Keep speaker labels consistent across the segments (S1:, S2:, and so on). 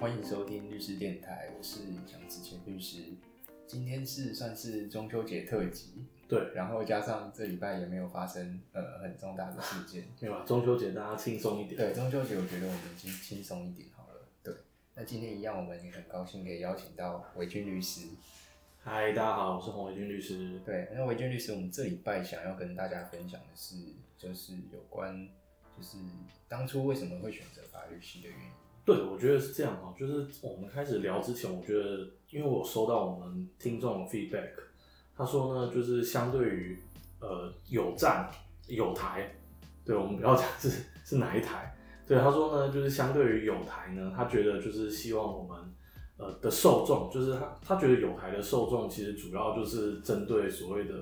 S1: 欢迎收听律师电台，我是蒋志谦律师。今天是算是中秋节特辑，
S2: 对，
S1: 然后加上这礼拜也没有发生呃很重大的事件，
S2: 对吧？啊中秋节大家轻松一点。
S1: 对，中秋节我觉得我们轻轻松一点好了。对，那今天一样，我们也很高兴可以邀请到维军律师。
S2: 嗨，大家好，我是洪伟军律师。
S1: 对，那维军律师，我们这礼拜想要跟大家分享的是，就是有关就是当初为什么会选择法律系的原因。
S2: 对，我觉得是这样哈、就是我们开始聊之前，我觉得因为我收到我们听众的 feedback，他说呢，就是相对于呃有站有台，对我们不要讲是是哪一台，对他说呢，就是相对于有台呢，他觉得就是希望我们呃的受众，就是他他觉得有台的受众其实主要就是针对所谓的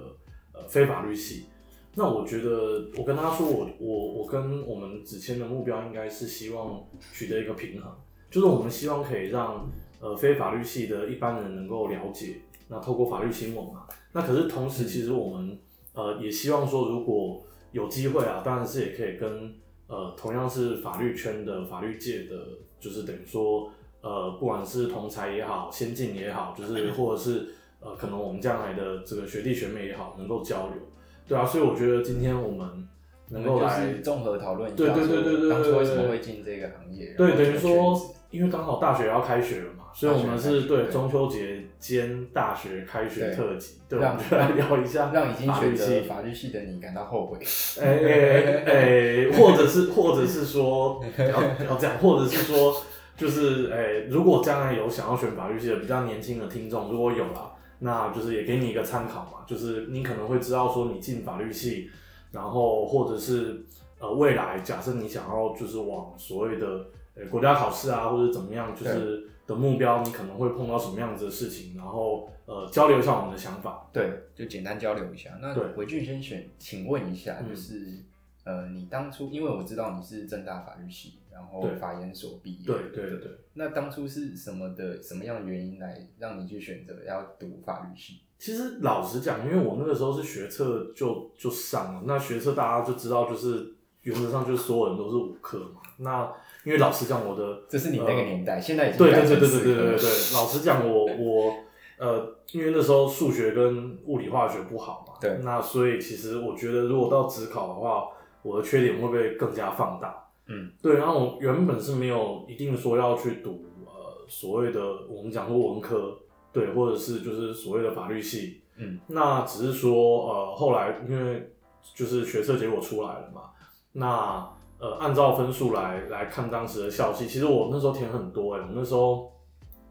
S2: 呃非法律系，那我觉得，我跟他说我，我我跟我们子谦的目标应该是希望取得一个平衡，就是我们希望可以让呃非法律系的一般人能够了解，那透过法律新闻嘛，那可是同时其实我们呃也希望说，如果有机会啊，当然是也可以跟呃同样是法律圈的法律界的，就是等于说呃不管是同才也好，先进也好，就是或者是呃可能我们将来的这个学弟学妹也好，能够交流。对啊，所以我觉得今天我们能够
S1: 就
S2: 来，
S1: 是综合讨论一下，
S2: 对对对对对
S1: 当初为什
S2: 对
S1: 么
S2: 对
S1: 会进这个行业？
S2: 对，
S1: 然后这
S2: 等于
S1: 个圈
S2: 说
S1: 子，
S2: 因为刚好大学要开学了嘛，所以我们
S1: 大学
S2: 是
S1: 开学
S2: 对
S1: 对
S2: 中秋节兼大学开学
S1: 对
S2: 特辑，对，我
S1: 让
S2: 们就来聊一 下
S1: 让已经
S2: 法
S1: 选
S2: 律
S1: 择
S2: 系，
S1: 法律系的你感到后悔。
S2: 哎哎哎，或者是或者是说，不要不要这样，或者是说，就是哎、如果将来有想要选法律系的比较年轻的听众，如果有啦，那就是也给你一个参考嘛，就是你可能会知道说你进法律系，然后或者是呃未来假设你想要就是往所谓的呃国家考试啊或者怎么样，就是的目标，你可能会碰到什么样子的事情，然后呃交流一下我们的想法。
S1: 对，就简单交流一下。那
S2: 对
S1: 韦俊先选，请问一下，
S2: 嗯
S1: 就是、呃，你当初因为我知道你是正大法律系，然后
S2: 对
S1: 法研所毕业，
S2: 对对对。
S1: 那当初是什么的什么样的原因来让你去选择要读法律系？
S2: 其实老实讲，因为我那个时候是学测就就上了，那学测大家就知道，就是原则上就是所有人都是五科嘛。那因为老实讲，我的
S1: 这是你那个年代，现在已经
S2: 呃对
S1: 改
S2: 对
S1: 成
S2: 对对
S1: 四
S2: 对对
S1: 科
S2: 对
S1: 了
S2: 对，老实讲，我我呃，因为那时候数学跟物理化学不好嘛，
S1: 对
S2: 那所以其实我觉得，如果到职考的话，我的缺点会不会更加放大？
S1: 嗯，
S2: 对。然后我原本是没有一定说要去读呃所谓的我们讲过文科，对，或者是就是所谓的法律系，
S1: 嗯
S2: 那只是说，呃，后来因为就是学测结果出来了嘛，那呃，按照分数来来看当时的校系，其实我那时候填很多哎、我那时候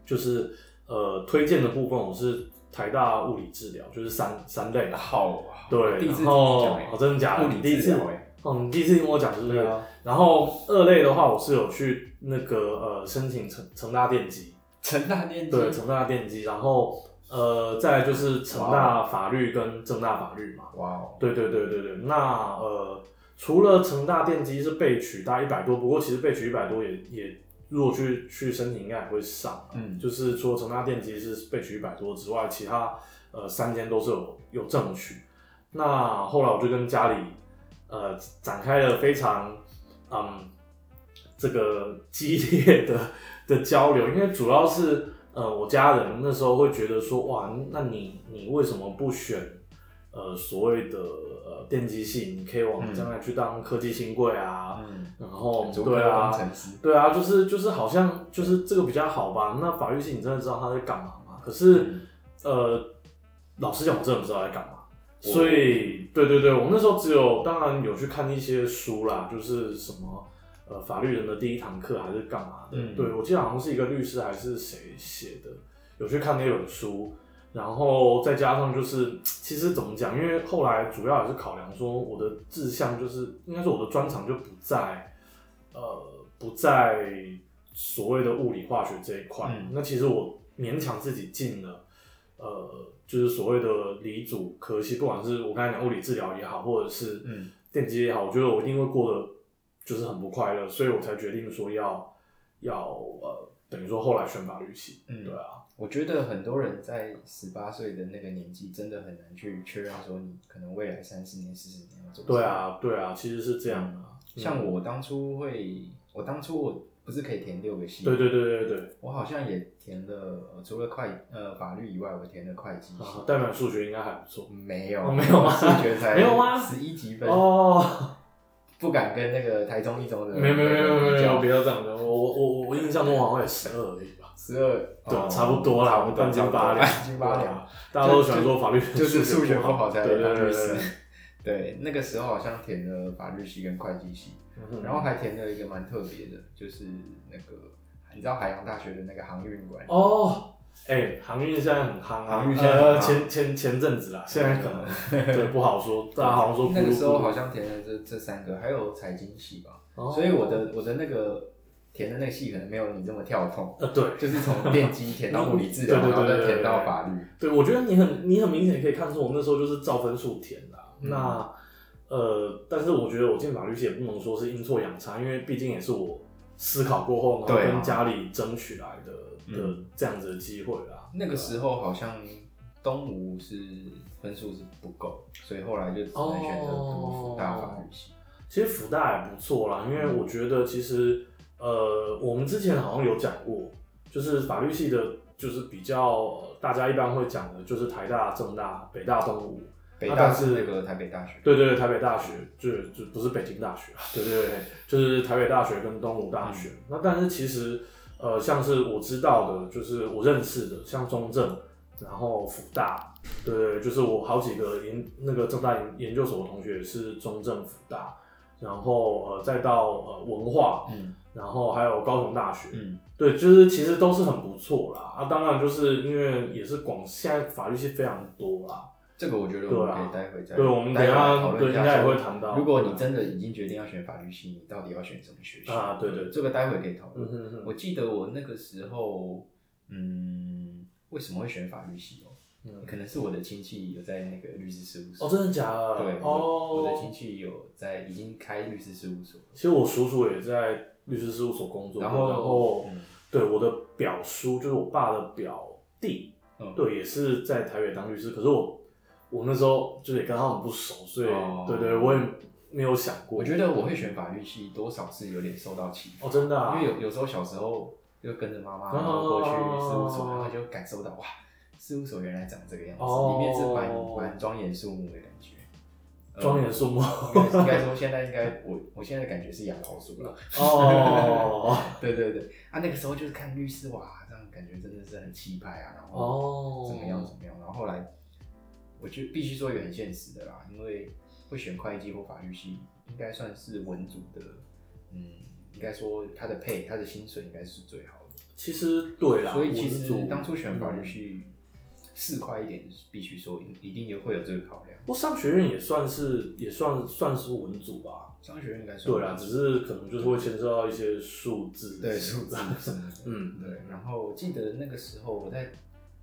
S2: 就是呃推荐的部分，我是台大物理治疗，就是三三类啦。
S1: 好，
S2: 对，
S1: 第一次
S2: 然
S1: 听
S2: 后
S1: 你讲欸
S2: 哦，真的假的？
S1: 物理
S2: 你第一
S1: 治
S2: 次
S1: 疗欸
S2: 哦，你第一次听我讲是不是？
S1: 对啊
S2: 然后二类的话，我是有去那个呃申请成成大电机，
S1: 成大电机，
S2: 对，成大电机，然后呃，再来就是成大法律跟正大法律嘛。
S1: 哇哦，
S2: 对对对对对，那呃，除了成大电机是被取大一百多，不过其实被取一百多也也，如果去去申请应该也会上啊、
S1: 嗯
S2: 就是除了成大电机是被取一百多之外，其他呃三间都是有有正取。那后来我就跟家里呃展开了非常嗯这个激烈的 的交流，因为主要是呃我家人那时候会觉得说哇，那你你为什么不选呃所谓的呃电机系？你可以往
S1: 嗯
S2: 将来去当科技新贵啊，
S1: 嗯，
S2: 然后
S1: 足
S2: 对
S1: 科工
S2: 啊
S1: 程师，
S2: 对啊，就是就是好像就是这个比较好吧？那法律系你真的知道他在干嘛吗？可是、
S1: 嗯
S2: 呃老实讲，我真的不知道在干嘛。
S1: 我
S2: 所以，对对对，我们那时候只有当然有去看一些书啦，就是什么呃法律人的第一堂课还是干嘛的，
S1: 嗯
S2: 对我记得好像是一个律师还是谁写的，有去看那本书，然后再加上就是其实怎么讲，因为后来主要也是考量说我的志向就是应该是我的专长就不在呃不在所谓的物理化学这一块，
S1: 嗯
S2: 那其实我勉强自己进了。呃，就是所谓的理组科系，不管是我刚才讲物理治疗也好，或者是
S1: 嗯
S2: 电机也好，我觉得我一定会过得就是很不快乐，所以我才决定说要要呃，等于说后来选法律系，
S1: 嗯
S2: 对啊，
S1: 我觉得很多人在十八岁的那个年纪，真的很难去确认说你可能未来三十年、四十年要做什么
S2: 对，啊，对啊，其实是这样的、啊，
S1: 像我当初会，我当初我不是可以填六个系？
S2: 对对对对对，
S1: 我好像也填了，呃除了会呃法律以外，我填了会计系。
S2: 啊，代表数学应该还不错。
S1: 没有，
S2: 哦没有吗
S1: 数学才
S2: 没有吗
S1: 十一级分，
S2: 哦，
S1: 不敢跟那个台中一中的
S2: 没有没有没有没有没有，
S1: 比
S2: 不要这样的，我我我我印象中好像也十二而已吧。
S1: 十二，
S2: 对
S1: 哦，
S2: 差不多啦，我们半斤八两，啊
S1: 半斤八两，
S2: 大家都喜欢说法律
S1: 就是数学不好才
S2: 对
S1: 法
S2: 对对
S1: 律系
S2: 对。
S1: 对，那个时候好像填了法律系跟会计系，
S2: 对。
S1: 然后还填了一个蛮特别的，就是那个你知道海洋大学的那个航运馆，
S2: 哦，哎，航运现在很夯啊，
S1: 航运现在很夯
S2: 呃前前前阵子啦，现在可能对不好说，大家好像说
S1: 那个时候好
S2: 好，
S1: 像填了这这三个，还有财经系吧，
S2: 哦
S1: 所以我的我的那个填的那个系可能没有你这么跳痛，
S2: 呃对
S1: 就是从电机填到物理治疗，
S2: 对
S1: 然
S2: 对对
S1: 后
S2: 对
S1: 再
S2: 对
S1: 填到
S2: 对
S1: 法律。
S2: 对，我觉得你很你很明显可以看出我那时候就是照分数填的啊，
S1: 嗯
S2: 那呃，但是我觉得我进法律系也不能说是阴错阳差，因为毕竟也是我思考过后，然后
S1: 对啊
S2: 跟家里争取来的的
S1: 嗯
S2: 这样子的机会啦。
S1: 那个时候好像东吴是分数是不够，所以后来就只能选择读福大法律系。
S2: 啊其实福大也不错啦，因为
S1: 嗯
S2: 我觉得其实呃，我们之前好像有讲过，就是法律系的，就是比较、呃大家一般会讲的，就是台大、政大、北大、东吴。
S1: 北
S2: 啊
S1: 大
S2: 但
S1: 是
S2: 是
S1: 那个台北大学，
S2: 对对对，台北大学就就不是北京大学啊，对对对，就是台北大学跟东吴大
S1: 嗯
S2: 学。那但是其实呃，像是我知道的，就是我认识的，像中正，然后福大，对对对，就是我好几个研那个正大研研究所的同学是中正、福大，然后呃再到呃文化，
S1: 嗯
S2: 然后还有高雄大学，
S1: 嗯，
S2: 对，就是其实都是很不错啦。啊，当然就是因为也是广现在法律系非常多啦，
S1: 这个我觉得我们可以待会再
S2: 对，我们等一
S1: 待会来
S2: 下
S1: 讨
S2: 对
S1: 论一下。
S2: 应该也会谈到。
S1: 如果你真的已经决定要选法律系，你到底要选什么学系
S2: 啊对对
S1: 这个待会可以讨
S2: 嗯
S1: 论。
S2: 哼哼
S1: 我记得我那个时候，嗯，为什么会选法律系哦？
S2: 嗯
S1: 可能是我的亲戚有在那个律师事务所。
S2: 哦，真的假的？
S1: 对，
S2: 哦，
S1: 我的亲。戚有在已经开律师事务所了，
S2: 其实我叔叔也在律师事务所工作，
S1: 然
S2: 然
S1: 后嗯
S2: 对我的表叔就是我爸的表弟，
S1: 嗯
S2: 对，也是在台北当律师。可是我我那时候就是也跟他们不熟，所以、
S1: 哦
S2: 对对，我也没有想过。
S1: 我觉得我会选法律系，多少是有点受到启
S2: 哦，真的、
S1: 发，
S2: 啊，
S1: 因为有有时候小时候就跟着妈妈
S2: 哦
S1: 然后过去事务所，然后就感受到哇，事务所原来长这个样子，
S2: 哦
S1: 里面是蛮蛮庄严肃穆的感觉。呃
S2: 庄严肃穆。
S1: 应该应该说现在应该我我现在的感觉是养老鼠了。
S2: 哦
S1: 对对对，啊那个时候就是看律师哇，这样感觉真的是很气派啊，然后
S2: 哦，
S1: 怎么样怎么样。然后后来，我觉得必须说一个很现实的啦，因为会选会计或法律系，应该算是文组的，嗯，应该说他的配他的薪水应该是最好的。
S2: 其实对啊啦，嗯
S1: 所以其
S2: 我
S1: 实
S2: 是
S1: 当初选法律系，市侩一点，必须说一定也会有这个考量。
S2: 我商学院也算是也算算是文组吧，
S1: 商学院应该算
S2: 对啊啦，只是可能就是会牵涉到一些数字，
S1: 对数字，是
S2: 嗯，
S1: 对。然后我记得那个时候我在。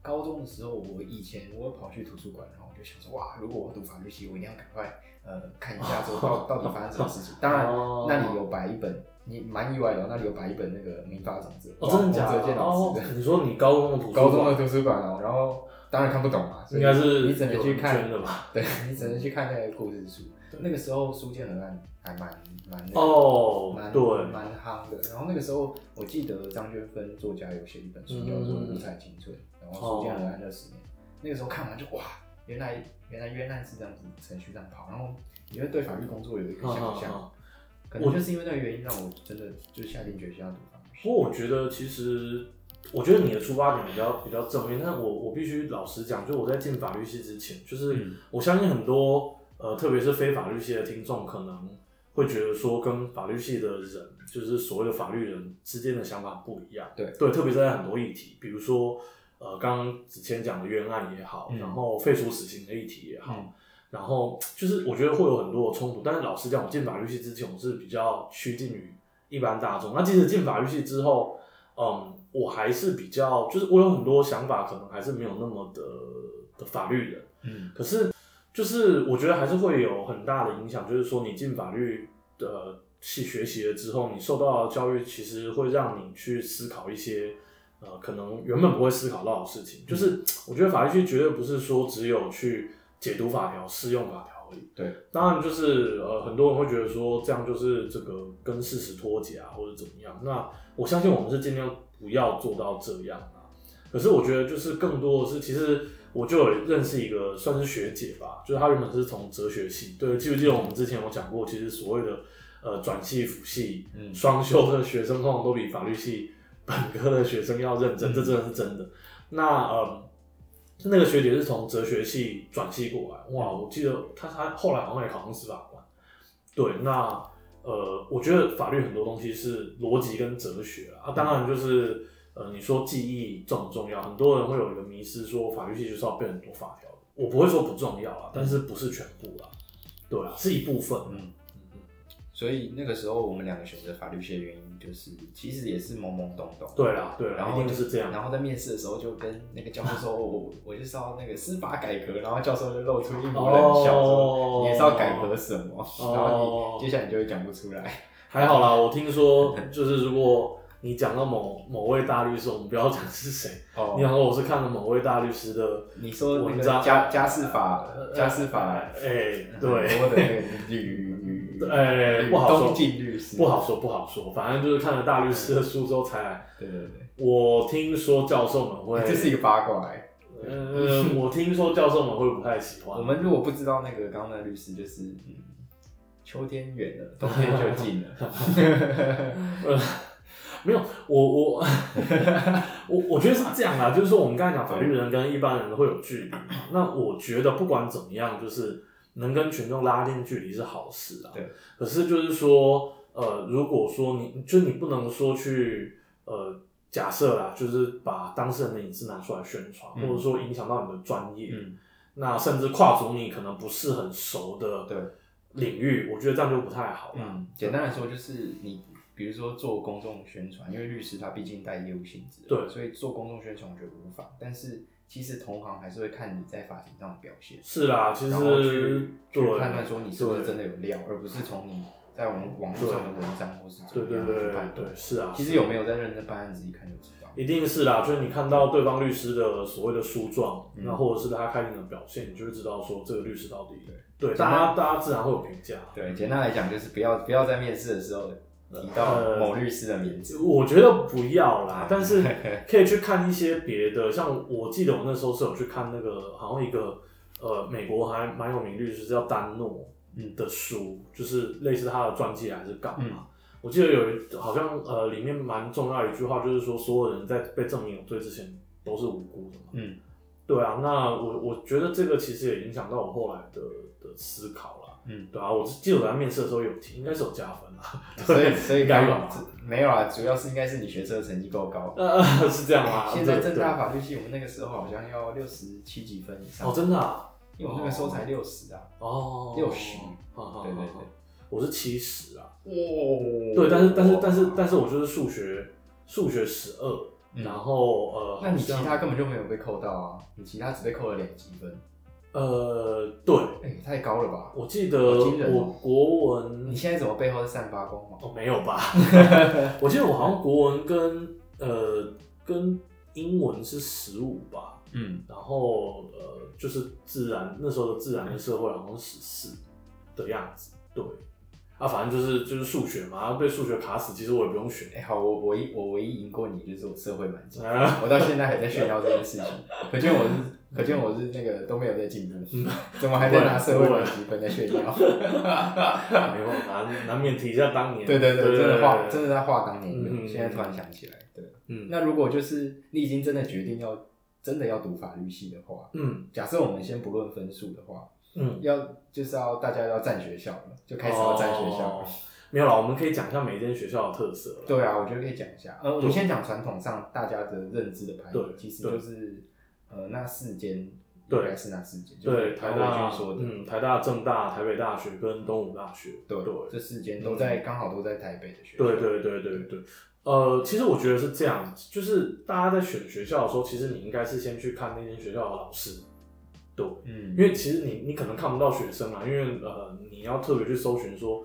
S1: 高中的时候，我以前我跑去图书馆，然后我就想说，哇，如果我读法律系，我一定要赶快呃看一下，说到 到底发生什么事情。当然，
S2: 哦
S1: 那里有摆一本，你蛮意外的哦，那里有摆一本那个民法总则，
S2: 哦，真的假
S1: 王哲
S2: 的？
S1: 健老
S2: 哦
S1: 师，的
S2: 你说你高中的图书
S1: 高
S2: 馆
S1: 中的图书馆哦，然后当然看不懂嘛，所以
S2: 应该是
S1: 你只能去
S2: 有人
S1: 看
S2: 捐的吧？
S1: 对你只能去看那个故事书，那个时候书剑河岸还蛮蛮那个
S2: 哦
S1: 蛮，
S2: 对，
S1: 蛮夯的。然后那个时候我记得张娟芬作家有写一本书
S2: 嗯哦
S1: 叫做《五彩青春》，然后书剑河岸二十年，那个时候看完就哇，原来原来冤案是这样子程序这样跑，然后你会对法律工作有一个
S2: 嗯
S1: 想
S2: 嗯
S1: 象。
S2: 嗯。
S1: 可能就是因为那个原因，让我真的就下定决心要读法律
S2: 不
S1: 系。
S2: 过我觉得其实。我觉得你的出发点比较比较正面，但我我必须老实讲，就我在进法律系之前，就是
S1: 嗯
S2: 我相信很多呃，特别是非法律系的听众，可能会觉得说跟法律系的人，就是所谓的法律人之间的想法不一样。
S1: 对
S2: 对，特别是在很多议题，比如说呃，刚刚子谦讲的冤案也好，
S1: 嗯
S2: 然后废除死刑的议题也好，
S1: 嗯
S2: 然后就是我觉得会有很多的冲突。但是老实讲，我进法律系之前，我是比较趋近于一般大众。那即使进法律系之后，嗯，我还是比较，就是我有很多想法，可能还是没有那么的的法律人。
S1: 嗯，
S2: 可是，就是我觉得还是会有很大的影响，就是说你进法律的呃系学习了之后，你受到的教育其实会让你去思考一些呃，可能原本不会思考到的事情。就是我觉得法律系绝对不是说只有去解读法条、适用法条，而已。
S1: 对，
S2: 当然就是呃，很多人会觉得说这样就是这个跟事实脱节啊，或者怎么样。那我相信我们是尽量不要做到这样啊。可是我觉得就是更多的是，其实我就有认识一个算是学姐吧，就是她原本是从哲学系，对，记不记得我们之前有讲过，其实所谓的呃转系辅系
S1: 嗯
S2: 双修的学生，通常都比法律系本科的学生要认真，这真的是真的。那嗯，那个学姐是从哲学系转系过来，哇，我记得她她后来好像也考上司法官。对，那呃，我觉得法律很多东西是逻辑跟哲学啊，啊当然就是呃，你说记忆重不重要？很多人会有一个迷失，说法律系就是要背很多法条。我不会说不重要啊，但是不是全部啦，对啊，是一部分啊。
S1: 嗯所以那个时候我们两个选择法律系的原因，就是其实也是懵懵懂懂。
S2: 对啦，对啦，
S1: 然
S2: 一
S1: 后
S2: 定是这样。
S1: 然后在面试的时候就跟那个教授 说，我我我就是要那个司法改革，然后教授就露出一抹冷笑，说
S2: 哦，
S1: 你是要改革什么？
S2: 哦
S1: 然后你接下来你就会讲不出来。
S2: 还好啦，
S1: 嗯
S2: 我听说就是如果你讲到某某位大律师，我们不要讲是谁，
S1: 哦
S2: 你想说我是看了某位大律师的
S1: 你说那
S2: 文
S1: 个
S2: 章
S1: 家家事法
S2: 呃，
S1: 家事法，
S2: 哎、对，
S1: 很多的那个律律，
S2: 哎
S1: 律
S2: 不好说
S1: 东晋律师
S2: 不好，说不好说，反正就是看了大律师的书之后才来。
S1: 对对对，
S2: 我听说教授们会，
S1: 这是一个八卦哎。
S2: 呃，我听说教授们会不太喜欢
S1: 我们如果不知道那个刚刚那个律师，就是嗯，秋天远了，冬天就近 了。
S2: 呃， 没有，我我我我觉得是这样啦，就是说我们刚才讲法律人跟一般人会有距离嘛，那我觉得不管怎么样，就是能跟群众拉近距离是好事啊。
S1: 对。
S2: 可是就是说，呃，如果说你就你不能说去呃假设啦，就是把当事人的隐私拿出来宣传，
S1: 嗯
S2: 或者说影响到你的专业，
S1: 嗯，
S2: 那甚至跨足你可能不是很熟的
S1: 对
S2: 领域，我觉得这样就不太好了。
S1: 嗯，简单来说就是你，比如说做公众宣传，因为律师他毕竟带业务性质，
S2: 对
S1: 所以做公众宣传我觉得无妨。但是其实同行还是会看你在法庭上的表现，
S2: 是啦，其
S1: 然后去
S2: 实对
S1: 去判断说你是不是
S2: 对
S1: 真的有料，而不是从你在网网络上的文章或是怎
S2: 对
S1: 么样
S2: 对对
S1: 去
S2: 对
S1: 判断
S2: 对，。是啊，
S1: 其
S2: 是
S1: 实有没有在认真办案，子一看就知道。
S2: 一定是啦，就是你看到对方律师的所谓的诉状，
S1: 嗯
S2: 那、或者是他开庭的表现，你就会知道说这个律师到底对
S1: 简
S2: 大
S1: 单
S2: 家大家自然会有评价。
S1: 对，简单来讲就是不要不要在面试的时候提
S2: 呃
S1: 到某律师的名字。
S2: 我觉得不要啦，但是可以去看一些别的，像我记得我那时候是有去看那个好像一个呃美国还蛮有名律师叫丹诺
S1: 嗯
S2: 的书，就是类似他的传记还是干嘛。我记得有一好像呃里面蛮重要的一句话，就是说所有人在被证明有罪之前都是无辜的嘛。
S1: 嗯，
S2: 对啊，那我我觉得这个其实也影响到我后来的的思考啦。
S1: 嗯，
S2: 对啊，我记得我在面试的时候有提，应该是有加分啦。
S1: 所以所以
S2: 应该
S1: 刚
S2: 有吧
S1: 没有啊，主要是应该是你学车的成绩够高。
S2: 呃，是这样吗？
S1: 现在正大
S2: 对
S1: 法律系，我们那个时候好像要六十七几分以
S2: 对
S1: 上，
S2: 哦，真的啊，
S1: 因为我们那个时候才六十啊。
S2: 哦，
S1: 60
S2: 好好好
S1: 对对
S2: 好
S1: 对
S2: 我是七十啊，
S1: 哦，
S2: 对，但是但是但是但是我就是数学数学十二，
S1: 嗯
S2: 然后呃，
S1: 那你其
S2: 好像
S1: 他根本就没有被扣到啊，你其他只被扣了两积分，
S2: 呃，对，
S1: 哎、太高了吧？
S2: 我记得
S1: 好惊人哦
S2: 我国文
S1: 你现在怎么背后是散发光 芒？
S2: 哦，没有 吧？我记得我好像国文跟呃跟英文是十五吧，
S1: 嗯，
S2: 然后呃就是自然那时候的自然跟社会好像十四的样子，对。啊，反正就是就是数学嘛，啊被数学卡死，其实我也不用选
S1: 哎、。好，我我一我唯一赢过你就是我社会满级，
S2: 啊
S1: 我到现在还在炫耀这件事情，可见我是可见我是那个都没有在进步，怎么还在拿社会满积分在炫耀？
S2: 没有，难难免提一下当 年。
S1: 对对对，真的话真
S2: 的。
S1: 的在画当年
S2: 嗯
S1: 的，现在突然想起来，对。
S2: 嗯
S1: 那如果就是你已经真的决定要真的要读法律系的话，
S2: 嗯
S1: 假设我们先不论分数的话，
S2: 嗯，
S1: 要就是要大家要占学校了，就开始要占学校
S2: 哦
S1: 了。
S2: 没有啦，我们可以讲一下每间学校的特色啦。
S1: 对啊，我觉得可以讲一下。呃，我们先讲传统上大家的认知的排名
S2: 对，
S1: 其实就是呃那四间，
S2: 对
S1: 应该是那四间，就是
S2: 对，
S1: 台
S2: 台
S1: 湾
S2: 大
S1: 军说的，
S2: 嗯，台大、政大、台北大学跟东吴大学。
S1: 对，
S2: 对嗯
S1: 这四间都在刚好都在台北的学校，
S2: 对对对对对，呃，其实我觉得是这样，就是大家在选学校的时候，其实你应该是先去看那间学校的老师，对，
S1: 嗯，
S2: 因为其实你你可能看不到学生啊，因为呃，你要特别去搜寻说，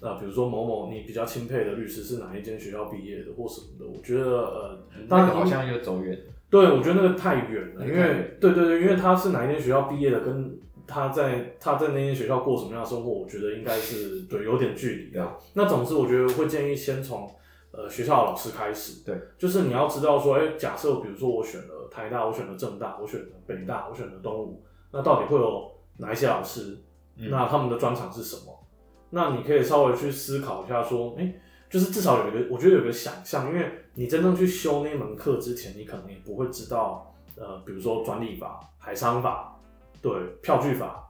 S2: 呃，比如说某某你比较钦佩的律师是哪一间学校毕业的或什么的，我觉得呃，当
S1: 那
S2: 然
S1: 个好像又走远了，
S2: 对，我觉得那个太远了，
S1: 那个
S2: 因
S1: 太远
S2: 为对对对，因为他是哪一间学校毕业的，跟他在他在那间学校过什么样的生活，我觉得应该是对有点距离啊。那总之，我觉得会建议先从呃学校的老师开始，
S1: 对，
S2: 就是你要知道说，哎、假设比如说我选了台大，我选了政大，我选了北大，我选了东吴，那到底会有哪一些老师？
S1: 嗯
S2: 那他们的专长是什么？那你可以稍微去思考一下，说，哎、就是至少有一个，我觉得有一个想象，因为你真正去修那门课之前，你可能也不会知道，呃，比如说专利法、海商法，对，票据法，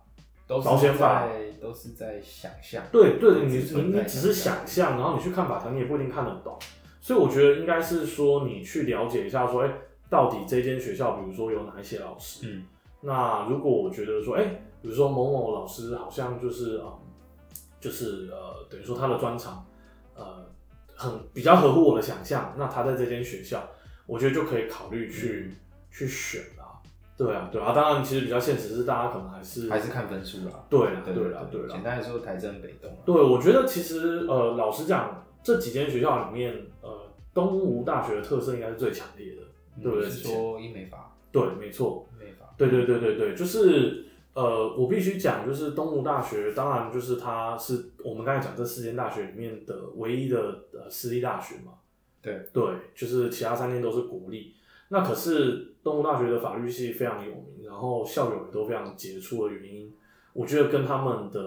S1: 都
S2: 保
S1: 是
S2: 险法
S1: 在都是在想象，
S2: 对对，你
S1: 只
S2: 你
S1: 存
S2: 你
S1: 在
S2: 只是想象，然后你去看法条，你也不一定看得懂。所以我觉得应该是说，你去了解一下，说，哎、到底这间学校，比如说有哪一些老师，
S1: 嗯
S2: 那如果我觉得说，哎、比如说某某老师好像就是啊、嗯就是呃，等于说他的专长，呃，很比较合乎我的想象，那他在这间学校，我觉得就可以考虑
S1: 嗯
S2: 去、去选啦。对啊，对啊，当然其实比较现实是大家可能还是
S1: 还是看分数啦。
S2: 对啦，
S1: 对
S2: 对啦，对
S1: 对，
S2: 啦
S1: 简。单来说，台政北东啊，
S2: 对，我觉得其实呃，老实讲，这几间学校里面，呃，东吴大学的特色应该是最强烈的。
S1: 嗯
S2: 对对
S1: 是说英美法，
S2: 对，没错，
S1: 英美法，
S2: 对对对对对，就是呃，我必须讲，就是东吴大学，当然就是它是我们刚才讲这四间大学里面的唯一的呃私立大学嘛。
S1: 对
S2: 对，就是其他三间都是国立。那可是东吴大学的法律系非常有名，然后校友也都非常杰出的原因，我觉得跟他们的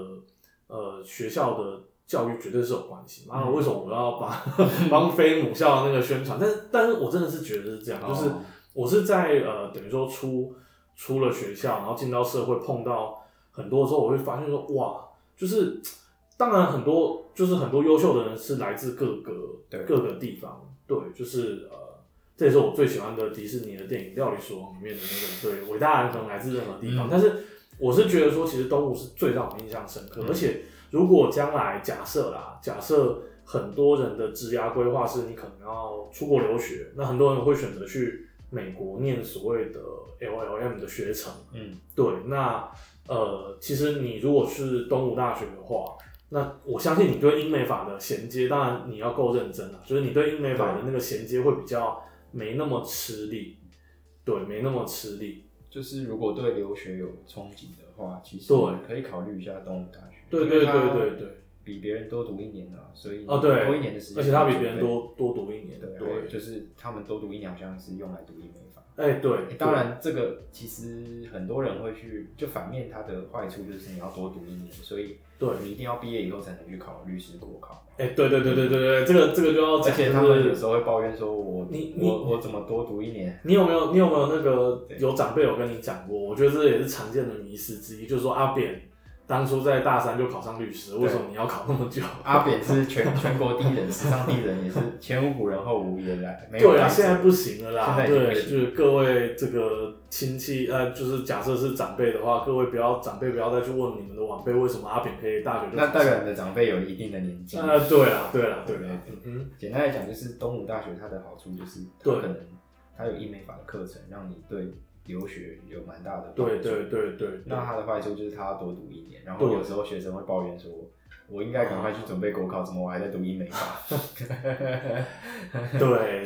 S2: 呃学校的教育绝对是有关系。妈、的，
S1: 嗯
S2: 为什么我要帮 帮非母校的那个宣传？但是但是我真的是觉得是这样，就是
S1: 哦
S2: 我是在呃等于说出出了学校，然后进到社会碰到很多的时候，我会发现说哇，就是当然很多就是很多优秀的人是来自各个
S1: 对
S2: 各个地方，对，就是呃，这也是我最喜欢的迪士尼的电影《料理鼠王》里面的那个对伟大人可能来自任何地方，
S1: 嗯
S2: 但是我是觉得说，其实东吴是最让我印象深刻，
S1: 嗯
S2: 而且如果将来假设啦，假设很多人的职涯规划是你可能要出国留学，那很多人会选择去美国念所谓的 LLM 的学程，
S1: 嗯，
S2: 对，那呃，其实你如果是东吴大学的话，那我相信你对英美法的衔接，当然你要够认真啊，就是你对英美法的那个衔接会比较没那么吃力，对，没那么吃力，
S1: 就是如果对留学有憧憬的话，其实
S2: 对
S1: 可以考虑一下东吴大学，
S2: 对
S1: 因为
S2: 对
S1: 它
S2: 对对对，
S1: 比别人多读一年啊，所以
S2: 哦对，
S1: 多一年的时间，
S2: 而且他比别人多多读一年，
S1: 对，啊
S2: 对，
S1: 就是他们多读一年好像是用来读英美法，
S2: 哎、对，
S1: 欸当然，这个其实很多人会去，就反面它的坏处就是你要多读一年，所以
S2: 对
S1: 你一定要毕业以后才能去考律师国考。
S2: 哎、对对对对对对，这个这个就要
S1: 而
S2: 讲，
S1: 且他
S2: 就是
S1: 们有时候会抱怨说我
S2: 哦你你
S1: 我我怎么多读一年？
S2: 你有没有你有没有那个
S1: 对
S2: 有长辈有跟你讲过？我觉得这也是常见的迷失之一，就是说阿扁当初在大三就考上律师，为什么你要考那么久？
S1: 阿扁是全全国第一人，史上第一人，也是前无古人后无也来，没有
S2: 对啊，
S1: 来者
S2: 现在不行了啦。
S1: 现在已经
S2: 对，
S1: 不
S2: 就
S1: 行
S2: 是各位这个亲戚，呃，就是假设是长辈的话，各位不要长辈不要再去问你们的晚辈为什么阿扁可以大学就
S1: 那
S2: 考
S1: 代
S2: 上
S1: 表你的长辈有一定的年纪。
S2: 呃，对啦，对啦，对
S1: 对
S2: 啦，嗯哼，
S1: 简单来讲，就是东吴大学它的好处就是它
S2: 对
S1: 可能它有英美法的课程，让你对留学有蛮大的帮
S2: 对
S1: 助
S2: 对对对对。
S1: 那他的坏处就是他要多读一年，然后
S2: 对
S1: 有时候学生会抱怨说，我应该赶快去准备国考，怎么我还在读英美法？
S2: 对，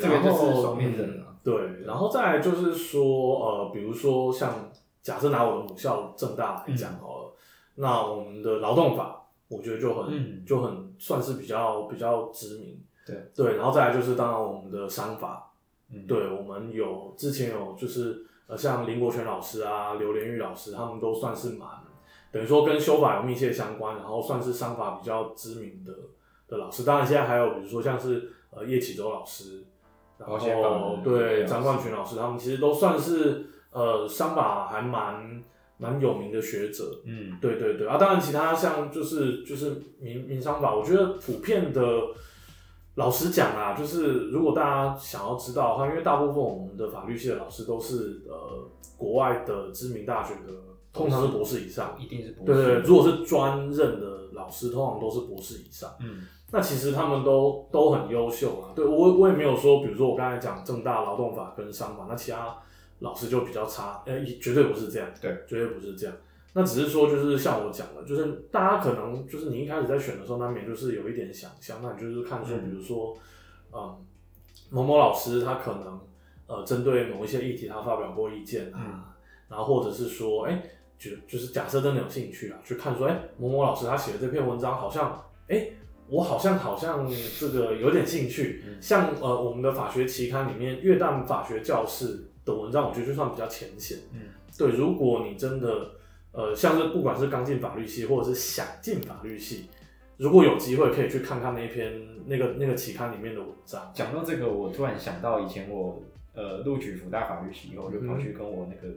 S1: 这个
S2: 然后
S1: 就是双面人啊
S2: 嗯对，然后再来就是说，呃，比如说像假设拿我的母校正大来讲好了，那我们的劳动法，我觉得就很、
S1: 嗯
S2: 就很算是比较比较知名。
S1: 对
S2: 对，然后再来就是当然我们的商法，
S1: 嗯，
S2: 对我们有之前有就是呃像林国权老师啊、刘连玉老师，他们都算是蛮等于说跟修法有密切相关，然后算是商法比较知名的的老师。当然现在还有比如说像是呃叶启洲老师，然
S1: 保险法
S2: 后
S1: 的
S2: 对
S1: 老师
S2: 张冠群老师，他们其实都算是呃商法还蛮蛮有名的学者。
S1: 嗯，
S2: 对对对啊，当然其他像就是就是民民商法，我觉得普遍的，老实讲啊，就是如果大家想要知道的话，因为大部分我们的法律系的老师都是呃国外的知名大学的，通常是博士以上。
S1: 一定是博士。
S2: 对对对，如果是专任的老师，通常都是博士以上。
S1: 嗯，
S2: 那其实他们都都很优秀啊。对我我也没有说，比如说我刚才讲正大劳动法跟商法，那其他老师就比较差，呃，也绝对不是这样，
S1: 对，
S2: 绝对不是这样。那只是说，就是像我讲的，就是大家可能就是你一开始在选的时候，难免就是有一点想象，那你就是看说，
S1: 嗯
S2: 比如说，嗯，某某老师他可能呃针对某一些议题他发表过意见啊，
S1: 嗯
S2: 然后或者是说，哎、就就是假设真的有兴趣啊，去看说，哎、某某老师他写的这篇文章好像，哎、我好像好像这个有点兴趣。
S1: 嗯
S2: 像呃我们的法学期刊里面，越旦法学教室的文章，我觉得就算比较浅显。
S1: 嗯，
S2: 对，如果你真的呃，像是不管是刚进法律系，或者是想进法律系，如果有机会可以去看看那篇那个那个期刊里面的文章。
S1: 讲到这个，我突然想到以前我呃录取福大法律系以后，我就跑
S2: 嗯
S1: 去跟我那个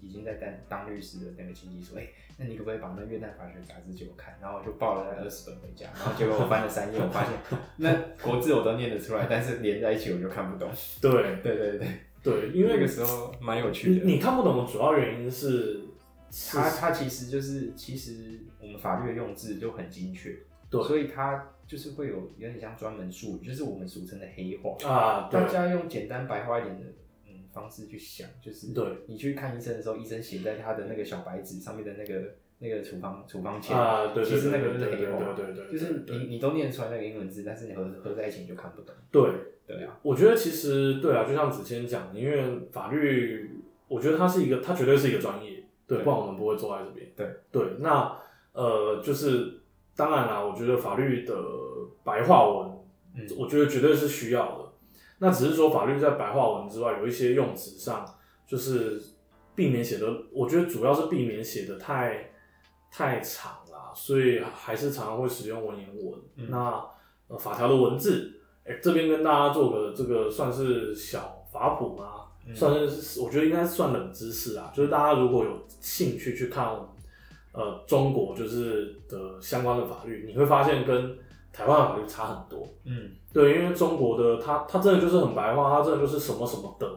S1: 已经在当当律师的那个亲戚说，哎、那你可不可以把那《越南法学杂志》借我看？然后我就抱了那二十本回家，然后结果我翻了三页，我发现 那国字我都念得出来，但是连在一起我就看不懂。
S2: 对
S1: 对对对，
S2: 对，因
S1: 因为
S2: 为
S1: 那个时候蛮有趣
S2: 你
S1: 的。
S2: 你看不懂的主要原因是，是
S1: 它它其实就是，其实我们法律的用字就很精确，
S2: 对
S1: 所以它就是会有有点像专门术语，就是我们俗称的黑话。
S2: 啊，对
S1: 大家用简单白话一点的嗯方式去想，就是
S2: 对
S1: 你去看医生的时候，医生写在他的那个小白纸上面的那个那个处方处方签，
S2: 啊，对对对，
S1: 其实那个就
S2: 对
S1: 是
S2: 对
S1: 黑
S2: 对
S1: 话，
S2: 对对，
S1: 就是
S2: 对
S1: 你你都念出来那个英文字，但是你合合在一起你就看不懂。
S2: 对
S1: 对啊，
S2: 我觉得其实对啊，就像子谦讲的，因为法律，我觉得它是一个，它绝对是一个专业，对，
S1: 对
S2: 不然我们不会坐在这边。
S1: 对
S2: 对，那呃，就是当然啦，我觉得法律的白话文，
S1: 嗯
S2: 我觉得绝对是需要的。那只是说法律在白话文之外，有一些用词上，就是避免写的，我觉得主要是避免写的太太长啦，所以还是常常会使用文言文。
S1: 嗯
S2: 那、呃、法条的文字，哎、这边跟大家做个这个算是小法普吗？
S1: 嗯
S2: 算是我觉得应该算冷知识啊，就是大家如果有兴趣去看呃中国就是的相关的法律，你会发现跟台湾的法律差很多。
S1: 嗯
S2: 对，因为中国的它它真的就是很白话，它真的就是什么什么的，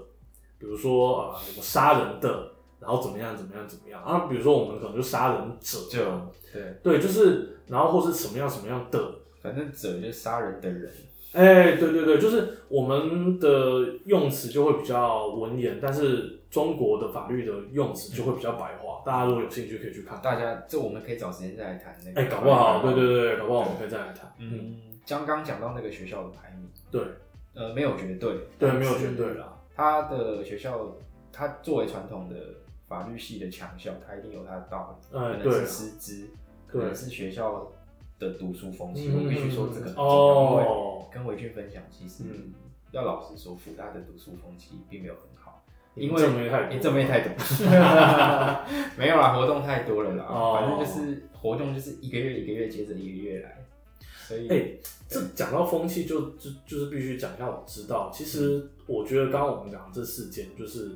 S2: 比如说呃什么杀人的，然后怎么样怎么样怎么样啊，比如说我们可能就杀人者，
S1: 就对，
S2: 对，就是然后或是什么样什么样的，
S1: 反正者就是杀人的人，
S2: 哎，对对对，就是我们的用词就会比较文言，但是中国的法律的用词就会比较白话。大家如果有兴趣，可以去看。
S1: 大家这我们可以找时间再来谈那个。
S2: 哎，搞不好，对对。对，搞不好我们可以再来谈。嗯，
S1: 嗯，刚刚讲到那个学校的排名，
S2: 对
S1: 呃，没有绝对，
S2: 对，
S1: 但
S2: 没有
S1: 是
S2: 绝对啦。
S1: 他的学校，他作为传统的法律系的强校，他一定有他的道理，
S2: 哎
S1: 可
S2: 对
S1: 能
S2: 啊
S1: 是师资，可能是学校的读书风气。
S2: 嗯
S1: 我必须说这个很重要
S2: 哦
S1: 因为跟维俊分享，其实
S2: 嗯
S1: 要老实说，福大的读书风气并没有很好，
S2: 你
S1: 因为
S2: 正妹太多
S1: 你正妹太 多，没有啦，活动太多了啦，
S2: 哦
S1: 反正就是活动就是一个月一个月接着一个月来，所以、
S2: 哎，这讲到风气就，就就是必须讲一下。我知道，其实
S1: 嗯
S2: 我觉得刚刚我们讲的这四件，就是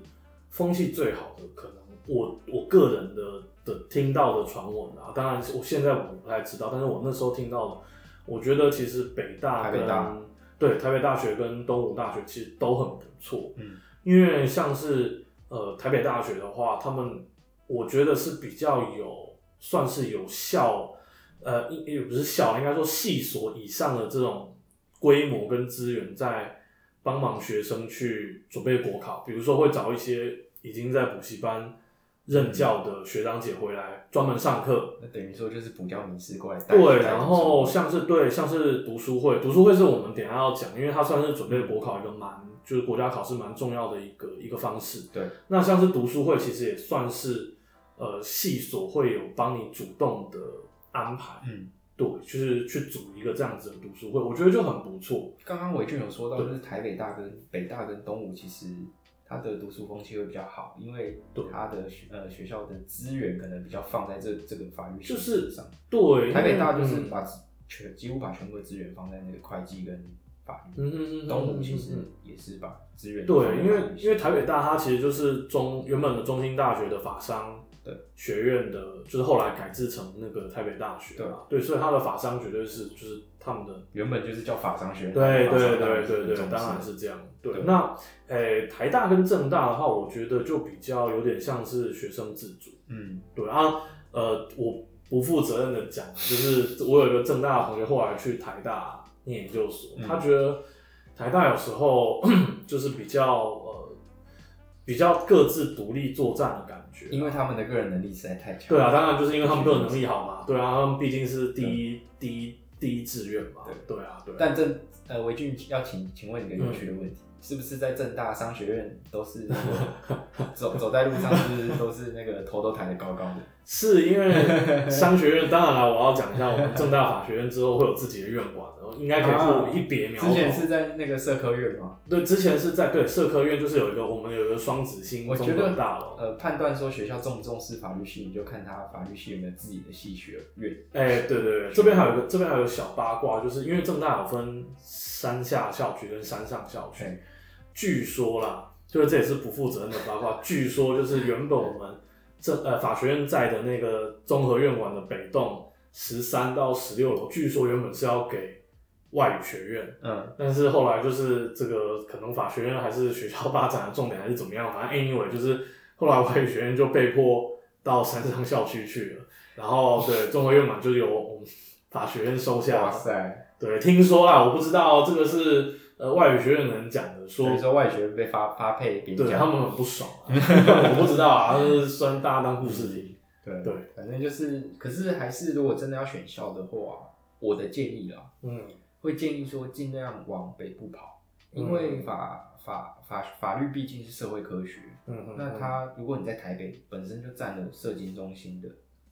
S2: 风气最好的，可能我我个人的的听到的传闻啊，当然我现在我不太知道，但是我那时候听到的，我觉得其实北大
S1: 台
S2: 跟
S1: 北大
S2: 对台北大学跟东吴大学其实都很不错，
S1: 嗯
S2: 因为像是呃台北大学的话，他们我觉得是比较有算是有效，呃，应也不是效，应该说系所以上的这种规模跟资源在帮忙学生去准备国考，比如说会找一些已经在补习班任教的学长姐回来专门上课，
S1: 那等于说就是补教名师过来带带
S2: 对，
S1: 读书
S2: 然后像是对，像是读书会，读书会是我们等一下要讲，因为它算是准备国考一个蛮，就是国家考试蛮重要的一个一个方式。
S1: 对，
S2: 那像是读书会，其实也算是呃系所会有帮你主动的安排，
S1: 嗯。
S2: 对，就是去组一个这样子的读书会，我觉得就很不错。
S1: 刚刚伟俊有说到，
S2: 对
S1: 就是台北大跟北大跟东吴，其实它的读书风气会比较好，因为
S2: 对
S1: 它的学呃学校的资源可能比较放在这这个法律系
S2: 就是
S1: 上。
S2: 对，
S1: 台北大
S2: 因
S1: 就
S2: 为嗯
S1: 是把全几乎把全部的资源放在那个会计跟法律，
S2: 嗯嗯嗯，
S1: 东吴其
S2: 嗯嗯
S1: 实
S2: 嗯
S1: 也是把资源放在
S2: 对，因为
S1: 法律系
S2: 因为台北大它其实就是中原本的中兴大学的法商
S1: 对
S2: 学院的，就是后来改制成那个台北大学嘛对，所以它的法商绝对是就是他们的，
S1: 原本就是叫法商学院，
S2: 对
S1: 法商
S2: 对
S1: 当然
S2: 对
S1: 是很
S2: 对对，
S1: 重视
S2: 当然是这样。对，
S1: 对
S2: 那诶、台大跟政大的话，我觉得就比较有点像是学生自主，
S1: 嗯
S2: 对啊，呃，我不负责任的讲，就是我有一个正大的同学，后来去台大念研究所，
S1: 嗯
S2: 他觉得台大有时候 就是比较呃比较各自独立作战的感觉。
S1: 因为他们的个人能力实在太强。
S2: 对啊，当然就是因为他们个人能力好嘛，对啊，他们毕竟是第一第一第一志愿嘛，对啊，对啊。嗯
S1: 但这呃，维俊要请请问一个有趣的问题：是不是在正大商学院都 是那个走走在路上，是不是都是那个头都抬得高高的？
S2: 是因为商学院，当然了，我要讲一下，我们正大法学院之后会有自己的院馆，然后应该可以 说我们一别苗头。
S1: 啊之前是在那个社科院吗？
S2: 对，之前是在对社科院，就是有一个我们有一个双子星
S1: 我觉
S2: 综
S1: 得
S2: 合大哦楼。
S1: 呃，判断说学校重不重视法律系，你就看他法律系有没有自己的系学院。
S2: 哎、对对对，这边还有一个这边还有个小八卦，就是因为正大有分山下校区跟山上校区，
S1: 哎
S2: 据说啦，就是这也是不负责任的八卦。据说就是原本我们这呃法学院在的那个综合院馆的北栋十三到十六楼，据说原本是要给外语学院，
S1: 嗯，
S2: 但是后来就是这个可能法学院还是学校发展的重点还是怎么样，反正 anyway 就是后来外语学院就被迫到 山上校区去了，然后对综合院嘛就由我们法学院收下
S1: 哇
S2: 了。
S1: 塞，
S2: 对，听说啊，我不知道这个是呃外语学院的人讲的，说
S1: 所以说外学被发发配给
S2: 啊对
S1: 奖
S2: 他们很不爽、啊， 我不知道啊，就是虽然大家当故事听，
S1: 对
S2: 对，
S1: 反正就是，可是还是如果真的要选校的话，我的建议啦，
S2: 嗯，
S1: 会建议说尽量往北部跑，
S2: 嗯
S1: 因为法法法法律毕竟是社会科学，
S2: 嗯嗯
S1: 那它如果你在台北本身就占了社经中心的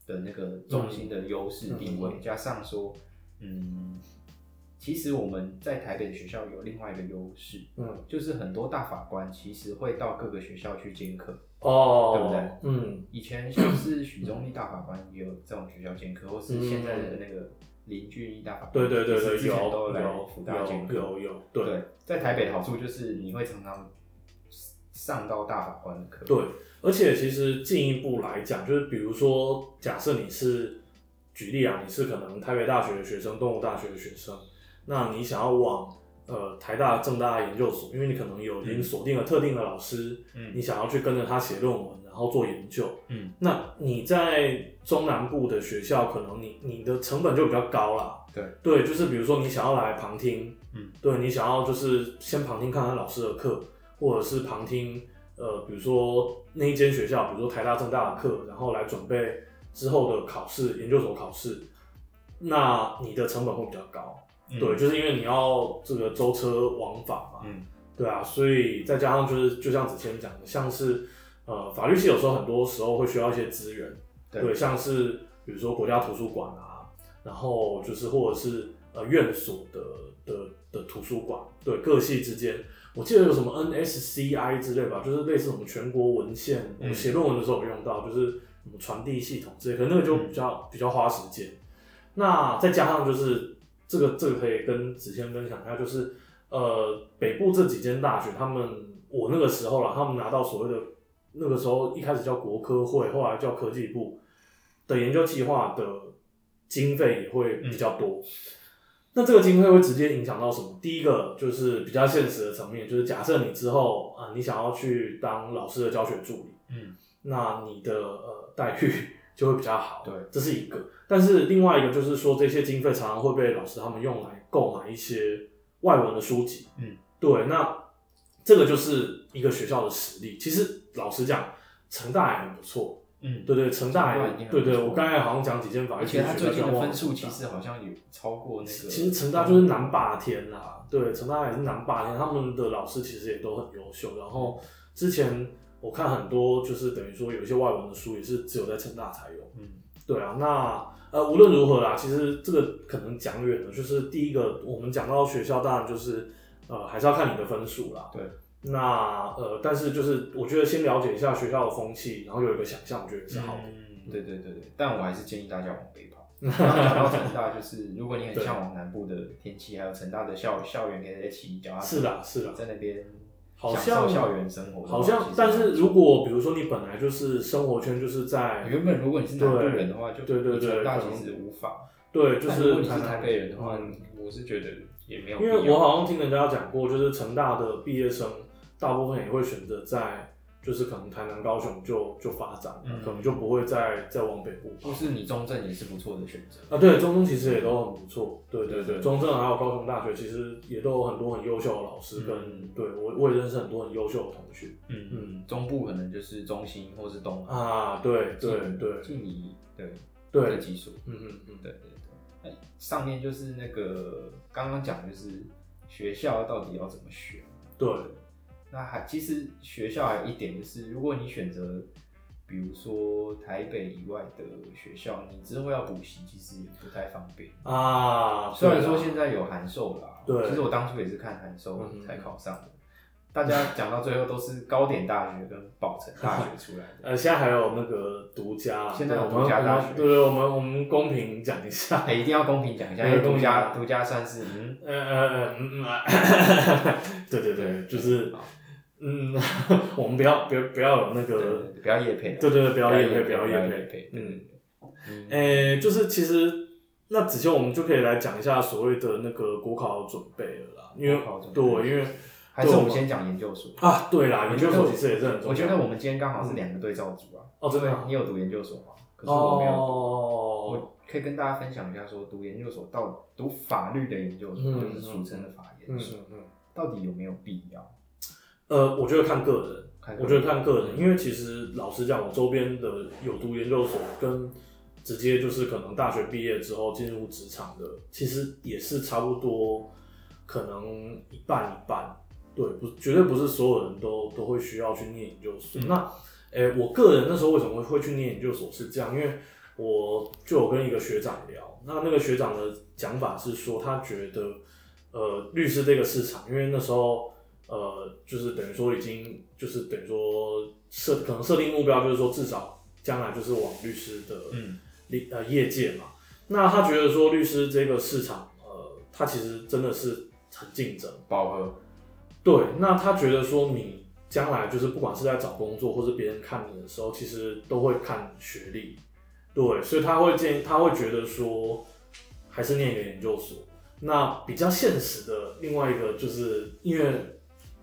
S1: 的那个中心的优势地位，
S2: 嗯
S1: 加上说，嗯，其实我们在台北的学校有另外一个优势，
S2: 嗯
S1: 就是很多大法官其实会到各个学校去兼课。
S2: 哦，
S1: 对不对
S2: 嗯
S1: 以前像是许宗力大法官也有这种学校兼课，或是现在的那个林俊逸大法官，
S2: 嗯对对对
S1: 其实
S2: 对，
S1: 之
S2: 有
S1: 前都
S2: 有
S1: 来
S2: 有
S1: 福大兼课。
S2: 有有对。
S1: 对，在台北的好处就是你会常常上到大法官的课。
S2: 对，而且其实进一步来讲，就是比如说，假设你是举例啊，你是可能台北大学的学生、东吴大学的学生，那你想要往呃台大、政大研究所，因为你可能有已经锁定了特定的老师，你
S1: 嗯
S2: 想要去跟着他写论文，然后做研究。
S1: 嗯，
S2: 那你在中南部的学校，可能你你的成本就比较高啦。
S1: 对
S2: 对，就是比如说你想要来旁听，
S1: 嗯，
S2: 对你想要就是先旁听看看老师的课，或者是旁听呃，比如说那一间学校，比如说台大、政大的课，然后来准备之后的考试，研究所考试，那你的成本会比较高。
S1: 嗯
S2: 对，，就是因为你要这个舟车往返嘛，
S1: 嗯
S2: 对啊，所以再加上就是就像子谦讲的，像是呃法律系有时候很多时候会需要一些资源，
S1: 对
S2: 像是比如说国家图书馆啊，然后就是或者是呃院所的的的图书馆，对各系之间，我记得有什么 NSCI 之类吧，就是类似我们全国文献，我们写论文的时候有用到，就是什么传递系统之类，可能那个就比较、比较花时间。那再加上就是这个这个可以跟子谦分享一下，就是呃北部这几间大学，他们我那个时候啦，他们拿到所谓的那个时候一开始叫国科会，后来叫科技部的研究计划的经费也会比较多。那这个经费会直接影响到什么？第一个就是比较现实的层面，就是假设你之后啊，你想要去当老师的教学助理，
S1: 嗯
S2: 那你的呃待遇 就会比较好。
S1: 对
S2: 这是一个。但是另外一个就是说，这些经费常常会被老师他们用来购买一些外文的书籍。
S1: 嗯，
S2: 对。那这个就是一个学校的实力。其实老实讲，成大也很不错。
S1: 嗯，
S2: 对对，成大
S1: 成大已
S2: 也
S1: 经很
S2: 对对，
S1: 不错
S2: 我刚才好像讲几间法律
S1: 而
S2: 系
S1: 且他
S2: 学
S1: 最
S2: 校，
S1: 近
S2: 叫
S1: 的
S2: 我
S1: 分数
S2: 成
S1: 其
S2: 大
S1: 实好像有超过那个，嗯
S2: 其实成大就是南霸天啦，对，成大也是南霸天，他们的老师其实也都很优秀。然后之前我看很多就是等于说有一些外文的书也是只有在成大才有，
S1: 嗯
S2: 对啊，那呃，无论如何啦，其实这个可能讲远了，就是第一个，我们讲到学校，当然就是呃，还是要看你的分数啦。
S1: 对，
S2: 那呃，但是就是我觉得先了解一下学校的风气，然后有一个想象，我觉得也是好的。
S1: 嗯，对对对对，但我还是建议大家往北 跑。然后讲到成大，就是如果你很向往南部的天气，还有成大的校校园，可以在骑脚踏车，
S2: 是啦，是啦，
S1: 在那边
S2: 好
S1: 享
S2: 像
S1: 受校园生活的话。
S2: 好像
S1: 其实，
S2: 但是如果比如说你本来就是生活圈就是在
S1: 原本如果你是南部人的话，就
S2: 对对对
S1: 成大
S2: 可能
S1: 其实无法。
S2: 对，就
S1: 但如果
S2: 是
S1: 你是
S2: 台
S1: 台
S2: 南，
S1: 北人的话
S2: 嗯，
S1: 我是觉得也没有必
S2: 因
S1: 要。
S2: 为我好像听人家讲过，就是成大的毕业生大部分也会选择在就是可能台南、高雄就就发展了，
S1: 嗯
S2: 可能就不会再再往北部跑
S1: 或是你中正也是不错的选择。
S2: 啊，对，中中其实也都很不错，对对
S1: 对
S2: 对，
S1: 对
S2: 中正还有高雄大学其实也都有很多很优秀的老师跟，
S1: 嗯
S2: 对我我也认识很多很优秀的同学
S1: 嗯
S2: 嗯
S1: 嗯，中部可能就是中心或是东海
S2: 啊，对对对
S1: 静怡对这
S2: 对，
S1: 几所，
S2: 嗯嗯嗯，
S1: 对对对。那上面就是那个刚刚讲，就是学校到底要怎么选？
S2: 对，
S1: 那还其实学校还有一点就是，如果你选择比如说台北以外的学校，你之后要补习其实也不太方便。
S2: 啊，
S1: 虽然说
S2: 对啊
S1: 现在有函授啦，
S2: 对
S1: 其实我当初也是看函授
S2: 嗯哼
S1: 才考上的。大家讲到最后都是高点大学跟宝城大学出来 的，
S2: 呃，现在还有那个独家啊，
S1: 现在有
S2: 对我们
S1: 独家大
S2: 我们
S1: 学
S2: 对对，我们我们公平讲一下。
S1: 哎，一定要公平讲一下，因
S2: 对
S1: 为独
S2: 公
S1: 家
S2: 平
S1: 独家算是嗯，
S2: 呃呃呃嗯嗯啊，对对对，就是
S1: 好
S2: 嗯， 我们不要不要不要有那
S1: 对
S2: 个，
S1: 对对不要夜配啊，
S2: 对对对，不要业配，
S1: 不
S2: 不
S1: 要
S2: 要
S1: 业
S2: 业
S1: 配
S2: 配，嗯。
S1: 嗯
S2: 诶、就是其实那子谦，我们就可以来讲一下所谓的那个国考准备了啦，因为
S1: 国考准备
S2: 对，因为
S1: 还是我们
S2: 对
S1: 先讲研究所。
S2: 啊，对啦，
S1: 我
S2: 研
S1: 觉
S2: 究
S1: 得
S2: 所其实也是很重要。
S1: 我觉得我们今天刚好是两个对照组啊，
S2: 哦，真的啊
S1: 你有读研究所吗？可是我没有读。
S2: 哦，
S1: 我可以跟大家分享一下说读研究所到读法律的研究所，
S2: 嗯
S1: 就是俗称的法研
S2: 嗯
S1: 所，
S2: 嗯嗯，
S1: 到底有没有必要？
S2: 呃，我觉得看个人，
S1: 看
S2: 我觉得看个人，因为其实老实讲，我周边的有读研究所跟直接就是可能大学毕业之后进入职场的，其实也是差不多，可能一半一半。对，不，绝对不是所有人都都会需要去念研究所。
S1: 嗯
S2: 那，诶、我个人那时候为什么会去念研究所是这样，因为我就有跟一个学长聊，那那个学长的讲法是说，他觉得，呃，律师这个市场，因为那时候呃，就是等于说已经就是等于说设可能设定目标就是说至少将来就是往律师的
S1: 嗯
S2: 立呃业界嘛。那他觉得说律师这个市场，呃，他其实真的是很竞争。
S1: 饱和，
S2: 对，那他觉得说你将来就是不管是在找工作或是别人看你的时候，其实都会看学历。对，所以他会建议，他会觉得说还是念一个研究所。那比较现实的另外一个就是因为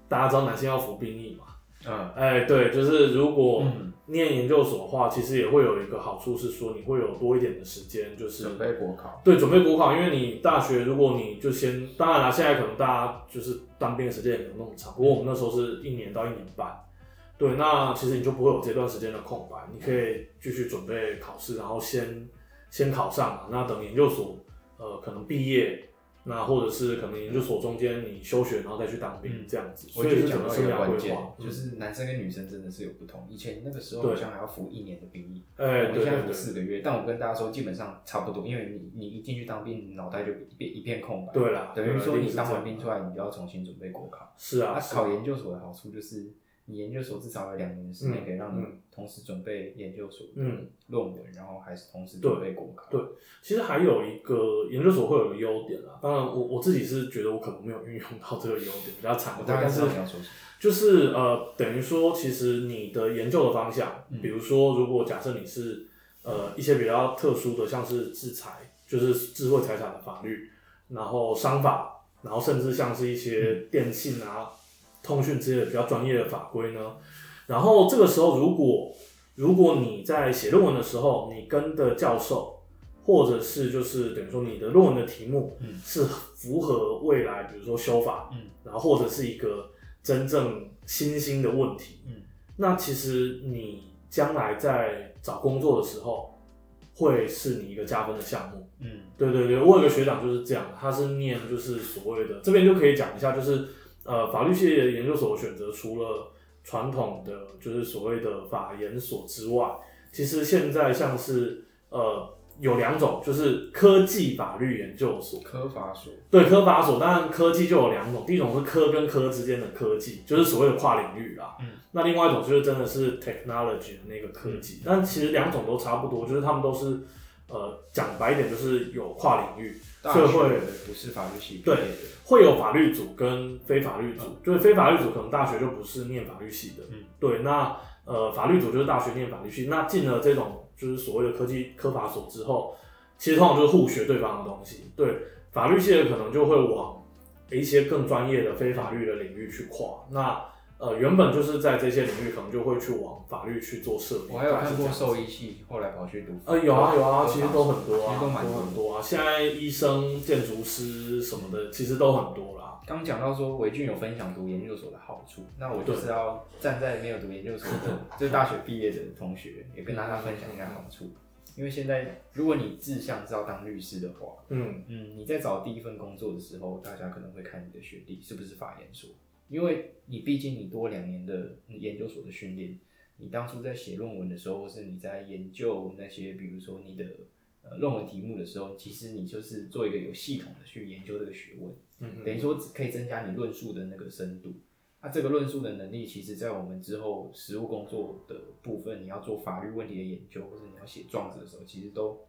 S2: 大家知道男性要服兵役嘛，
S1: 嗯
S2: 哎，对，就是如果
S1: 嗯，
S2: 念研究所的话，其实也会有一个好处是说你会有多一点的时间，就是
S1: 准备国考，
S2: 对，准备国考，因为你大学如果你就先，当然啦，现在可能大家就是当兵的时间也没有那么长，不过我们那时候是一年到一年半，对，那其实你就不会有这段时间的空白，你可以继续准备考试，然后先先考上嘛，那等研究所呃可能毕业，那或者是可能研究所中间你休学，然后再去当兵、
S1: 嗯
S2: 这样子，
S1: 我
S2: 所以
S1: 觉得
S2: 是整
S1: 讲
S2: 个
S1: 到一
S2: 生
S1: 个
S2: 涯
S1: 关
S2: 规
S1: 键
S2: 划，，
S1: 就
S2: 嗯
S1: 是男生跟女生真的是有不同。以前那个时候
S2: 对
S1: 好像还要服一年的兵役，
S2: 哎、
S1: 我们
S2: 对
S1: 现在
S2: 对
S1: 服
S2: 对，
S1: 四个月。但我跟大家说，基本上差不多，因为你你一进去当兵，你脑袋就一片一片空白。
S2: 对啦，
S1: 等于说
S2: 一定
S1: 你
S2: 是
S1: 当
S2: 这
S1: 完
S2: 样
S1: 兵出来，你就要重新准备国考。
S2: 是啊，
S1: 啊，
S2: 是啊
S1: 考研究所的好处就是，你研究所至少有两年时间可以让你
S2: 嗯
S1: 同时准备研究所
S2: 嗯
S1: 论文，然后还是同时准备国考。
S2: 对其实还有一个研究所会有个优点啊，当然我我自己是觉得我可能没有运用到这个优点，比较惨
S1: 我
S2: 的，
S1: 大概
S2: 但
S1: 知道
S2: 是
S1: 你要说什么。
S2: 就是呃，等于说其实你的研究的方向，
S1: 嗯
S2: 比如说如果假设你是呃一些比较特殊的，像是制裁，就是智慧财产的法律，然后商法，然后甚至像是一些电信啊、通讯之类的比较专业的法规呢，然后这个时候如果如果你在写论文的时候，你跟的教授。或者是就是等于说你的论文的题目
S1: 嗯
S2: 是符合未来，比如说修法，
S1: 嗯
S2: 然后或者是一个真正新兴的问题。
S1: 嗯，
S2: 那其实你将来在找工作的时候，会是你一个加分的项目。
S1: 嗯
S2: 对对对，我有个学长就是这样，他是念就是所谓的这边就可以讲一下，就是呃法律系的研究所选择除了传统的就是所谓的法研所之外，其实现在像是呃有两种，就是科技法律研究所
S1: 科法所，
S2: 对科法所，当然科技就有两种，第一种是科跟科之间的科技，就是所谓的跨领域啦。
S1: 嗯，
S2: 那另外一种就是真的是 technology 的那个科技，但其实两种都差不多，就是他们都是呃讲白一点就是有跨领域，
S1: 大
S2: 社
S1: 学
S2: 会
S1: 的不是法律系毕业的，
S2: 会有法律组跟非法律组，就是非法律组可能大学就不是念法律系的，
S1: 嗯，
S2: 对，那呃法律组就是大学念法律系，那进了这种就是所谓的科技科法所之后，其实通常就是互学对方的东西，对，法律系的可能就会往一些更专业的非法律的领域去跨，那呃原本就是在这些领域可能就会去往法律去做设定，
S1: 我还有
S2: 大概
S1: 看
S2: 是这
S1: 过
S2: 样子
S1: 兽医系，后来跑去读。
S2: 呃，有啊有啊，其实都很多
S1: 其
S2: 啊，
S1: 实都蛮
S2: 都
S1: 多
S2: 很多啊。现在医生、建筑师什么的，其实都很多啦。
S1: 刚讲到说维俊有分享读研究所的好处，那我就是要站在没有读研究所 的，就是大学毕业的同学，也跟大家分享一下好处。因为现在如果你志向是要当律师的话，
S2: 嗯，
S1: 嗯，你在找第一份工作的时候，大家可能会看你的学历是不是法研所，因为你毕竟你多两年的呃研究所的训练，你当初在写论文的时候，或是你在研究那些，比如说你的呃论文题目的时候，其实你就是做一个有系统的去研究这个学问，
S2: 嗯哼
S1: 等于说只可以增加你论述的那个深度。那、这个论述的能力，其实在我们之后实务工作的部分，你要做法律问题的研究，或是你要写状子的时候，其实都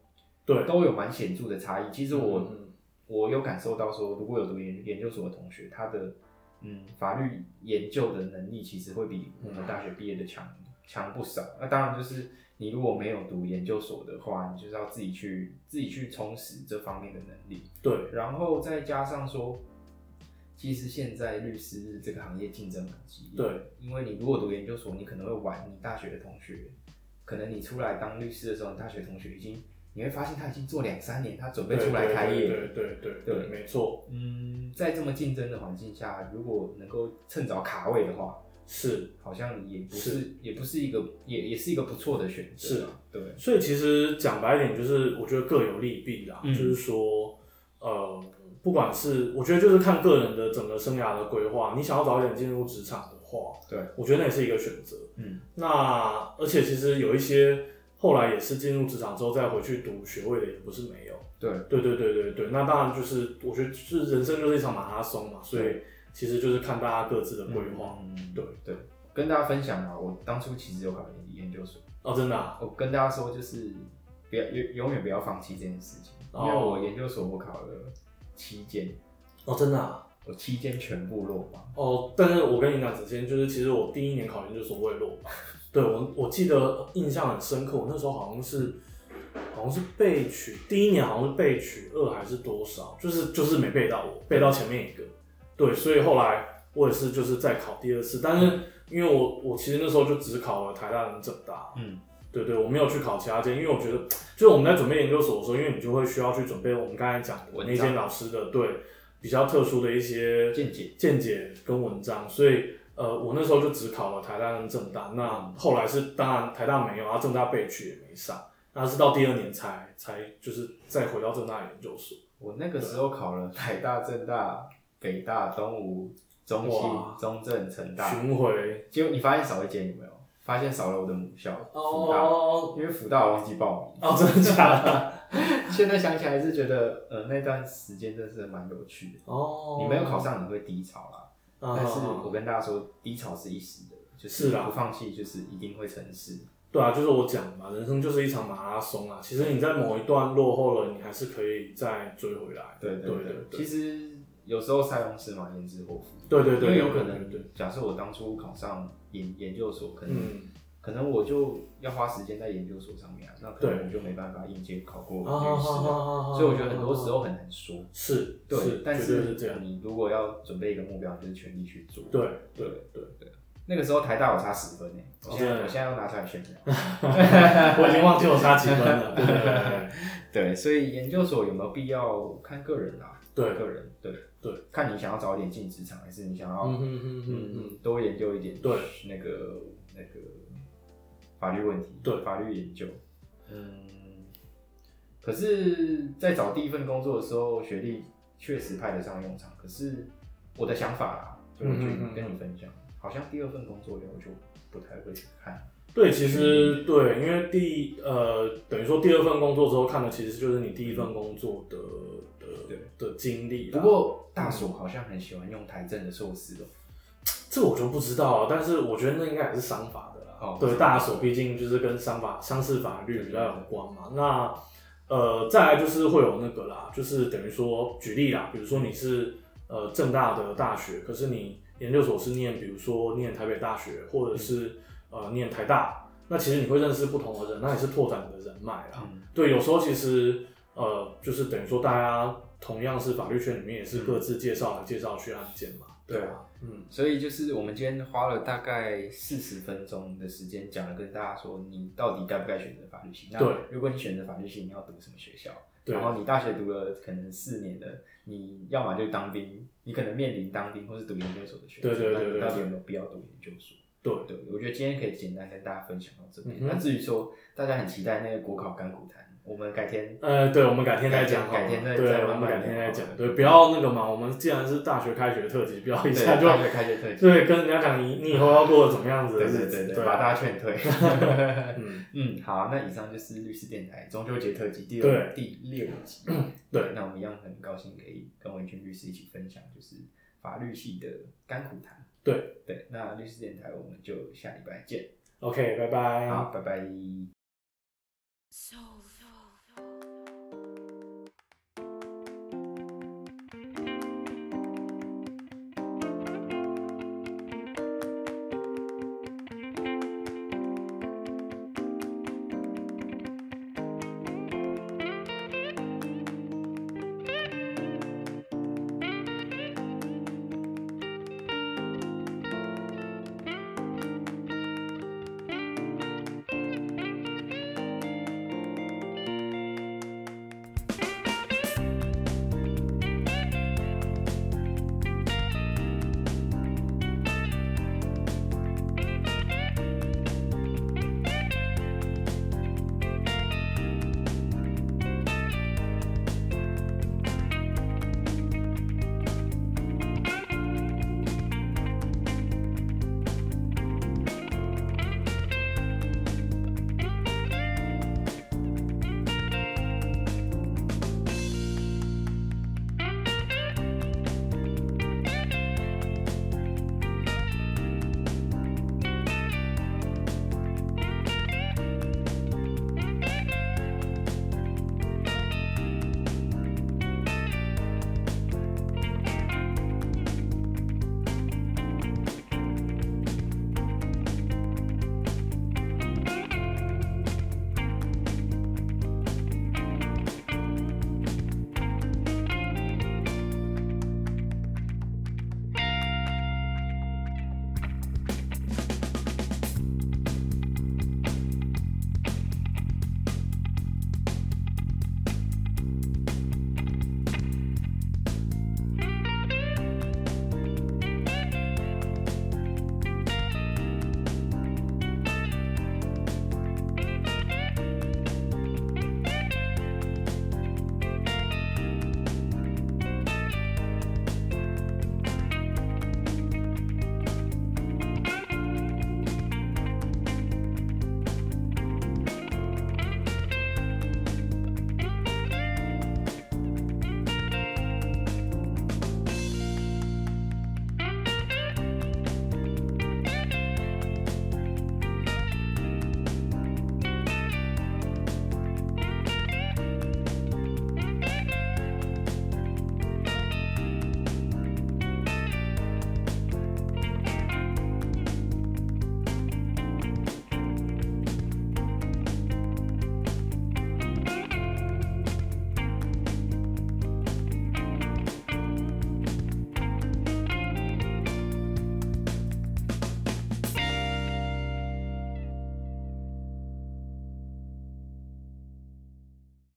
S2: 对，
S1: 都有蛮显著的差异。其实我、
S2: 嗯
S1: 我有感受到说，如果有读研研究所的同学，他的嗯法律研究的能力其实会比我们大学毕业的强强不少。那当然就是你如果没有读研究所的话，你就是要自己去自己去充实这方面的能力。
S2: 对，
S1: 然后再加上说，其实现在律师这个行业竞争很激烈，
S2: 对，
S1: 因为你如果读研究所，你可能会晚你大学的同学，可能你出来当律师的时候，你大学同学已经，你会发现他已经做两三年，他准备出来开业，
S2: 对对对对对，
S1: 对
S2: 没错，
S1: 嗯，在这么竞争的环境下，如果能够趁早卡位的话，
S2: 是。
S1: 好像也不是，
S2: 是
S1: 也不是一个，也也是一个不错的选择，啊
S2: 是，啊
S1: 对，
S2: 所以其实讲白一点，就是我觉得各有利弊啦，
S1: 嗯
S2: 就是说，呃，不管是我觉得就是看个人的整个生涯的规划，你想要早一点进入职场的话，
S1: 对，
S2: 我觉得那也是一个选择。
S1: 嗯，
S2: 那而且其实有一些后来也是进入职场之后再回去读学位的，也不是没有。
S1: 对，
S2: 对对对对对，那当然就是我觉得就是人生就是一场马拉松嘛，所以
S1: 对
S2: 其实就是看大家各自的规划。
S1: 嗯
S2: 对
S1: 对，跟大家分享啊，我当初其实有考研研究所。
S2: 哦，真的、啊，
S1: 我跟大家说，就是不要永永远不要放弃这件事情，因
S2: 哦
S1: 为我研究所我考了七间，
S2: 哦，真的、啊，
S1: 我七间全部落榜。
S2: 哦。但是我跟你讲，子谦，就是其实我第一年考研究所我也落榜， 对我我记得印象很深刻，我那时候好像是。好像是被取第一年，好像是被取二还是多少，就是就是没背到我，背到前面一个，对，所以后来我也是就是再考第二次，但是因为我我其实那时候就只考了台大跟政大，
S1: 嗯，
S2: 对对，我没有去考其他间，因为我觉得，就是我们在准备研究所的时候，因为你就会需要去准备我们刚才讲的
S1: 文
S2: 那
S1: 章
S2: 间老师的对比较特殊的一些
S1: 见解、
S2: 见解跟文章，所以呃，我那时候就只考了台大跟政大，那后来是当然台大没有，然后政大被取也没上，那是到第二年才才就是再回到政大研究所，
S1: 我那个时候考了 台大、政大、北大、东吴、中戏
S2: 哇、
S1: 中正、成大，
S2: 巡回
S1: 结果你发现少一间有没有？发现少了我的母校福大，
S2: 哦
S1: 因为福大我忘记报名。
S2: 哦，真的假的？
S1: 现在想起来还是觉得，呃，那段时间真的是蛮有趣的。
S2: 哦，
S1: 你没有考上，你会低潮啦。
S2: 啊，
S1: 但是我跟大家说，低潮是一时的，就是
S2: 是啊
S1: 不放弃，就是一定会成事。
S2: 对啊，就是我讲的嘛，人生就是一场马拉松啊。其实你在某一段落后了，你还是可以再追回来。
S1: 对
S2: 对
S1: 对
S2: 对，
S1: 其实有时候塞翁失马，焉知祸福。
S2: 对对对，
S1: 因为有可
S2: 对对，
S1: 能，假设我当初考上研研究所，可能、
S2: 嗯，
S1: 可能我就要花时间在研究所上面啊，那可
S2: 对
S1: 能我就没办法应届考过
S2: 啊啊
S1: 律师啊。
S2: 啊！
S1: 所以我觉得很多时候很难说，
S2: 是，
S1: 对，但
S2: 绝对是这样。
S1: 你如果要准备一个目标，你就是全力去做。啊
S2: 对 对对，
S1: 那个时候台大我差十分呢，我现
S2: 哦真
S1: 在
S2: 的
S1: 我现在要拿出来炫耀。
S2: 我已经忘记我差几分了。对对对
S1: 对，所以研究所有没有必要看个人啦、
S2: 对对，
S1: 个人对
S2: 对，
S1: 看你想要早一点进职场，还是你想要
S2: 嗯
S1: 嗯
S2: 嗯嗯嗯嗯，
S1: 多研究一点
S2: 对
S1: 那个那个法律问题，
S2: 对
S1: 法律研究，嗯，可是，在找第一份工作的时候，学历确实派得上用场。可是我的想法啦，所以我就
S2: 嗯嗯嗯
S1: 跟你分享，好像第二份工作以后就不太会去看，
S2: 对，其实对，因为第呃，等于说第二份工作之后看的，其实就是你第一份工作的的的经历啦。
S1: 不过大所好像很喜欢用台政的硕士哦。
S2: 这我就不知道了，但是我觉得那应该也是商法的啦。
S1: 哦
S2: 对，
S1: 是
S2: 大所毕竟就是跟商法、商事法律比较有关嘛。那呃，再来就是会有那个啦，就是等于说举例啦，比如说你是呃正大的大学，可是你研究所是念，比如说念台北大学，或者是
S1: 嗯
S2: 呃念台大，那其实你会认识不同的人，那也是拓展你的人脉啦。
S1: 嗯
S2: 对，有时候其实呃，就是等于说大家同样是法律圈里面，也是各自介绍来介绍去案件
S1: 嗯
S2: 嘛。
S1: 对
S2: 啊，嗯。
S1: 所以就是我们今天花了大概四十分钟的时间，讲了跟大家说你到底该不该选择法律系。那
S2: 对
S1: 如果你选择法律系，你要读什么学校？
S2: 对
S1: 然后你大学读了可能四年的，你要么就当兵，你可能面临当兵或是读研究所的选择。
S2: 对对对
S1: 那
S2: 对
S1: 你到底有没有必要读研究所？
S2: 对
S1: 对，我觉得今天可以简单跟大家分享到这边。
S2: 嗯哼
S1: 那至于说大家很期待那个国考干股谈，我们改天
S2: 呃，对，我们改天再讲好了，
S1: 改天再
S2: 对，
S1: 再
S2: 我
S1: 慢
S2: 们
S1: 慢
S2: 改天再
S1: 聊
S2: 讲
S1: 好，了
S2: 对，不要那个嘛，我们既然是大学开学特辑，不要
S1: 对
S2: 一下就
S1: 大学开学退学，
S2: 对跟人家讲你你以后要过得怎么样子的
S1: 对
S2: 日
S1: 对
S2: 子，
S1: 对对，
S2: 对
S1: 把
S2: 啊，
S1: 大家劝 退。
S2: 嗯，
S1: 嗯，好，那以上就是律师电台中秋节特辑第
S2: 对
S1: 六第六集。
S2: 对，
S1: 那我们一样很高兴可以跟文君律师一起分享，就是法律系的甘苦谈。
S2: 对
S1: 对，那律师电台我们就下礼拜见。
S2: 嗯，OK，拜拜，
S1: 好，拜拜。
S3: So